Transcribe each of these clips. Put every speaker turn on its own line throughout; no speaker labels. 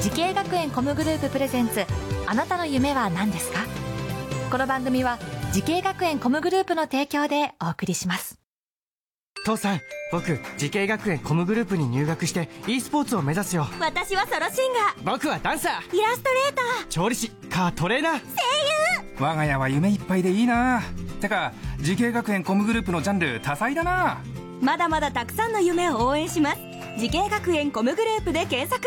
時系学園コムグループプレゼンツあなたの夢は何ですかこの番組は時系学園コムグループの提供でお送りします
父さん僕時系学園コムグループに入学して e スポーツを目指すよ
私はソロシンガ
僕はダンサー
ーイラストレータ
調理師カートレーナー
我が家は夢いっぱいでいいなてか時系学園コムグループのジャンル多彩だな
ーまだまだたくさんの夢を応援します時系学園コムグループで検索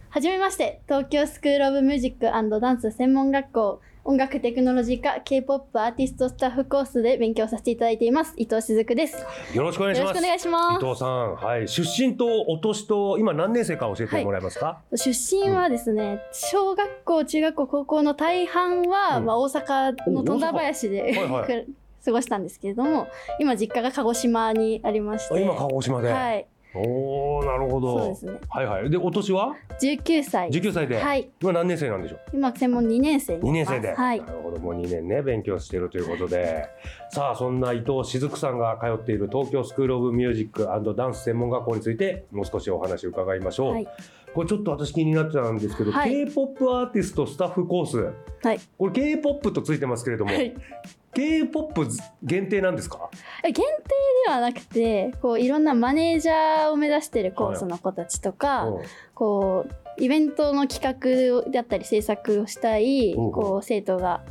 はじめまして、東京スクールオブミュージックダンス専門学校音楽テクノロジー科 K-POP アーティストスタッフコースで勉強させていただいています、伊藤しずくです。よ
よろしくお願
ろしく
いしま
お
す
願いします
伊。藤さん、はい、出身とお年と今何年生か教えてもらえますか、
出身はですね、小学校、中学校、高校の大半は、
うん
まあ、大阪の富田林で、
お大阪はい
過ごしたんですけれども、今実家が鹿児島にありまして、
あ今鹿児島で、
はい、
おおなるほど
そうですね
はいはいでお年は
19歳。
19歳で、
はい、
今何年生なんでしょう
今専門2年生に
2年生で、
はい
な、るほどもう2年ね勉強してるということでさあそんな伊藤雫さんが通っている東京スクール・オブ・ミュージックダンス専門学校についてもう少しお話を伺いましょう、
はい
これちょっと私気になってたんですけど、
はい
k p o p アーティストスタッフコース、
はい
これ k p o p とついてますけれども、
はい
k p o p 限定なんですか
限定ではなくてこういろんなマネージャーを目指してるコースの子たちとか、
うん
こうイベントの企画だったり制作をしたい、
うんうん
こう生徒が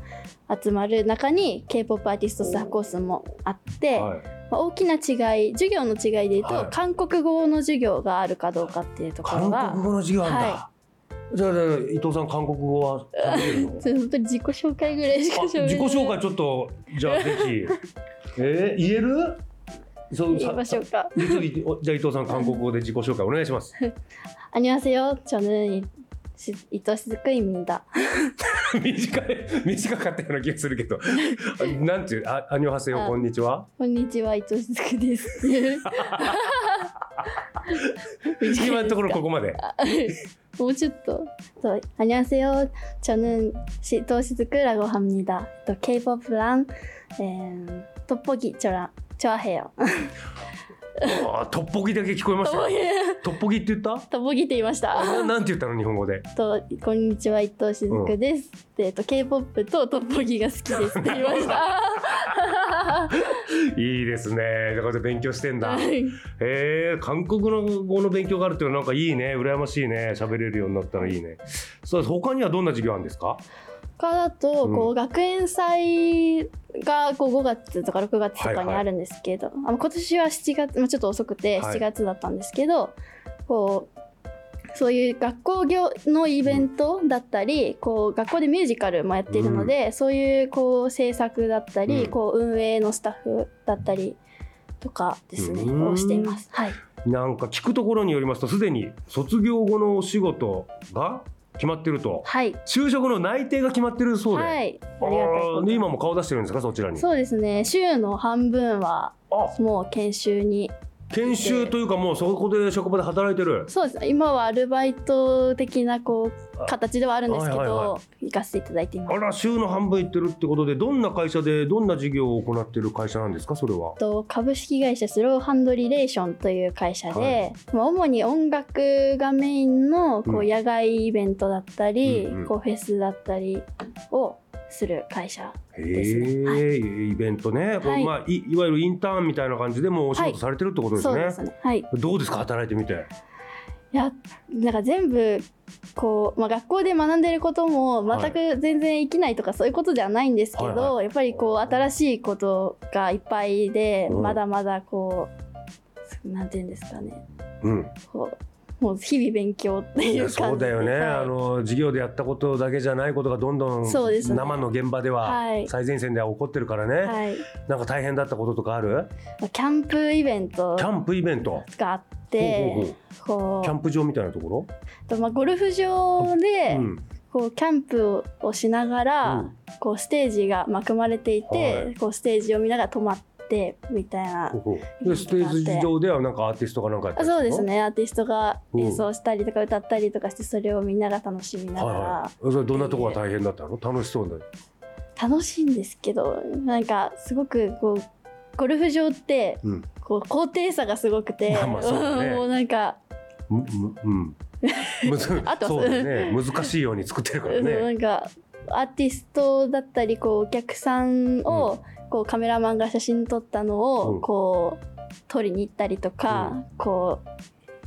集まる中に k p o p アーティストスタッフコースもあって、
はい
まあ大きな違い授業の違いで言うと、
はい
韓国語の授業があるかどうかっていうところ
韓国
が。
語の授業なんだ、
は
じゃあじゃあ伊藤さん韓国語は喋れるの
ちょっと本当に自己紹介ぐらいしか
あ
喋れない
自己紹介ちょっとじゃあぜひ えー、言えるそう
言いましょうか。
ささちょっといおじゃあ伊藤さん韓国語で自己紹介お願いします
あにわせよ、ちょぬに、 し伊藤しずくいみんだ。
短い短かったような気がするけど あなんていうあアニョハセヨ
あ
こんにちは
こんにちは、伊藤しずくです。
今のところここまで
もうちょっと。と、안녕하세요。저는 시, 도시즈크라고 합니다. 또 K-pop랑 음, 떡볶이 저랑 좋아해요.
あートッポギだけ聞こえましたトッポギって言った
떡볶이 って言いまし
な
た。
なんて言ったの日本語で
と、こんにちは、伊藤しずくです。で、えっと K-pop とトッポギが好きですって言いました。
いいですねだから勉強してんだ
はい
へえ韓国の語の勉強があるっていうのはなんかいいね羨ましいね喋れるようになったらいいねそう他にはどんな授業あるんですか
他だと、
うん
こう学園祭がこう5月とか6月とかにあるんですけど、あの今年は7月、まあ、ちょっと遅くて
はい
7月だったんですけど、こうそういう学校業のイベントだったり、こう学校でミュージカルもやっているので、そういうこう制作だったり、
うん
こう運営のスタッフだったりとかですね、
うん
をしています。はい、
なんか聞くところによりますとすでに卒業後のお仕事が決まってると
はい、
就職の内定が決まってるそうで,、
はい、
あ
ありがたいこと
ーで今も顔出してるんですかそちらに
そうですね、週の半分は
あ
もう研修に
研修というかもうそこで職場で働いてる
そうですね今はアルバイト的なこう形ではあるんですけど、
はいはいは
行かせていただいていま
あ
す。
ら週の半分行ってるってことでどんな会社でどんな事業を行ってる会社なんですかそれは
と株式会社スローハンドリレーションという会社で、まあ主に音楽がメインのこ
う
うん野外イベントだったり、
うんうん
こうフェスだったりをする会社
へ
ですねは
え、イベントね、こう
はい
まあ、いいわゆるインターンみたいな感じでもうお仕
は
事
い
されてるってことです
そう
ね、
ですねはい
どうですか働いてみて
いやなんか全部こう、まあ、学校で学んでることも全く全然生きないとかそういうことではないんですけど、
はいは
やっぱりこう新しいことがいっぱいで、
うん
まだまだこうなんて言うんですかね
うん
こうもう日々勉強ってい
い
う
や
感じで
そうだよね、
はい
あの授業でやったことだけじゃないことがどんどん
そうですね
生の現場では
はい
最前線では起こってるからね、
はい
なんか大変だったこととかある
まあキャンプイベント
キャンプイベント
があっ
ほうほうほ
て
う
こ
キャンプ場みたいなところ、
うとまあゴルフ場で、
うん
こうキャンプをしながら、
うん
こうステージがまくまれていて、
はい
こうステージを見ながら止まってみたいな、
ほうほうでステージ上ではなんかアーティストがなんかやって
あ
るの
そうですねアーティストが
うん
演奏したりとか歌ったりとかしてそれをみんなが楽しみなが
はい
ら、
はいそれどんなとこが大変だったの楽しそうで
楽しいんですけどなんかすごくこうゴルフ場って、
うん
こう高低差がすごくて、
まあまあそうだね
もうなんか、
むむうんむず
あと
そうだね難しいように作ってるから
うんな
ね
んかアーティストだったりこうお客さんを、こうカメラマンが写真撮ったのを、
うん
こう撮りに行ったりとか、こ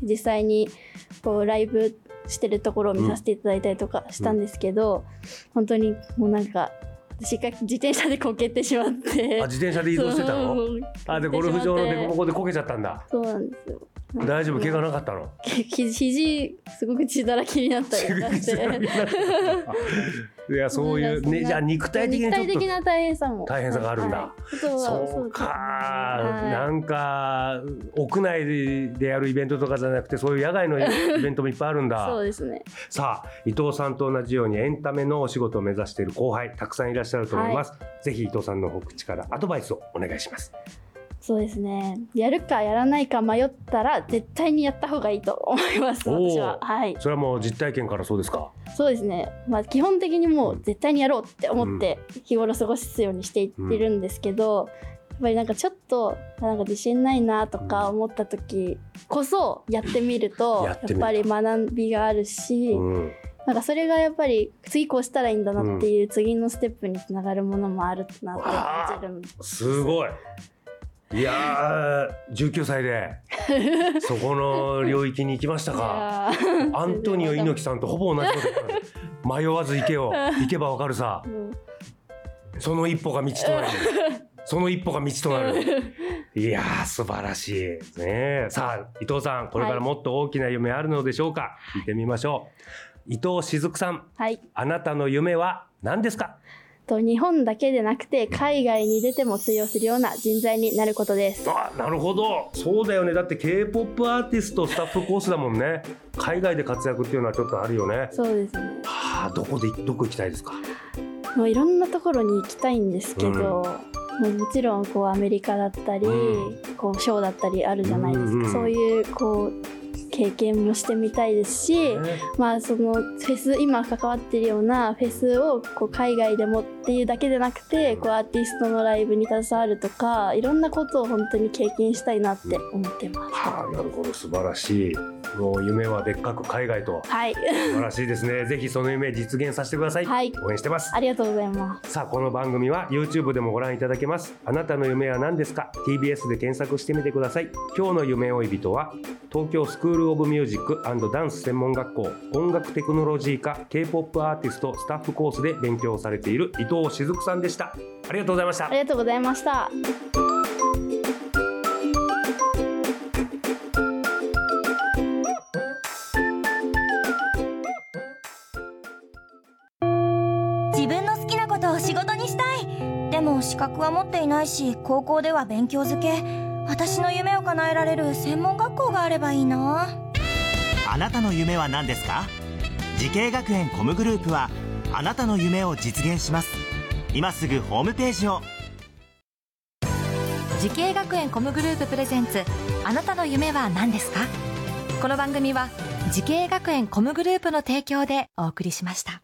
う実際にこうライブしてるところを見させていただいたりとかしたんですけど、本当にもうなんか私が自転車でこけてしまって
あ。自転車で移動してたの
そう
あでゴルフ場の凸凹でこけちゃったんだ
そうなんですよ。
大丈夫怪我
な
なかったの
ひ肘すごく血だらけになったりとかして。
いやそういう
そんな
ねじゃあ肉体的
肉
にちょっ
体
と
的な大変さも
大変さがあるんだ
はいそう
そうか、
はい
なんか屋内でやるイベントとかじゃなくてそういう野外のイベントもいっぱいあるん だ
そうですね
さあ伊藤さんと同じようにエンタメのお仕事を目指している後輩たくさんいらっしゃると思います、ぜひ伊藤さんの告知からアドバイスをお願いします
そうですねやるかやらないか迷ったら絶対にやった方がいいと思います
おー
私ははい
それはもう実体験からそうですか
そうですねまあ基本的にもう絶対にやろうって思って日頃過ごすようにしていってるんですけど、やっぱりなんかちょっとなんか自信ないなとか思った時こそやってみると
や
や
ってみる
っぱり学びがあるし、
うん
なんかそれがやっぱり次こうしたらいいんだなっていう次のステップにつながるものもあるなって感じるのです
ごいいやー19歳 でそこの領域に行きましたか
いやー
アントニオ猪木さんとほぼ同じこと言ってます迷わず行けよ行けばわかるさ
うん
その一歩が道となる。その一歩が道となる。いやー、素晴らしいですね。さあ、伊藤さん、これからもっと大きな夢あるのでしょうか、聞いてみましょう。伊藤しずくさん、
はい
あなたの夢は何ですか
と日本だけでなくて海外に出ても通用するような人材になることです
あ、なるほど。そうだよね。だって K-POP アーティストスタッフコースだもんね。海外で活躍っていうのはちょっとあるよね。
そうですね
はあ、どこで、どこ行きたいですか
もういろんなところに行きたいんですけど、もうもちろんこうアメリカだったり、
う
こうショーだったりあるじゃないですか、
うんうん
そういうこう経験もしてみたいですし、
ね
まあそのフェス今関わってるようなフェスをこう海外でもっていうだけでなくてこうアーティストのライブに携わるとかいろんなことを本当に経験したいなって思ってます。
はあ、なるほど。素晴らしい。もう夢はでっかく海外と。
はい、
素晴らしいですね。ぜ ひその夢実現させてください。
はい
応援してます。
ありがとうございます。
さあ、この番組は YouTube でもご覧いただけます。あなたの夢は何ですか ?TBS で検索してみてください。今日の夢追い人は、東京スクールオブミュージックダンス専門学校音楽テクノロジー科 K-POP アーティストスタッフコースで勉強をされている伊藤しずくさんでした。ありがとうございました
あ。りがとうございました。
自分の好きなことを仕事にしたいでも資格は持っていないし高校では勉強づけ私の夢を叶えられる専門学校があればいいな
あなたの夢は何ですか時系学園コムグループはあなたの夢を実現します今すぐホームページを
時系学園コムグループプレゼンツあなたの夢は何ですかこの番組は時系学園コムグループの提供でお送りしました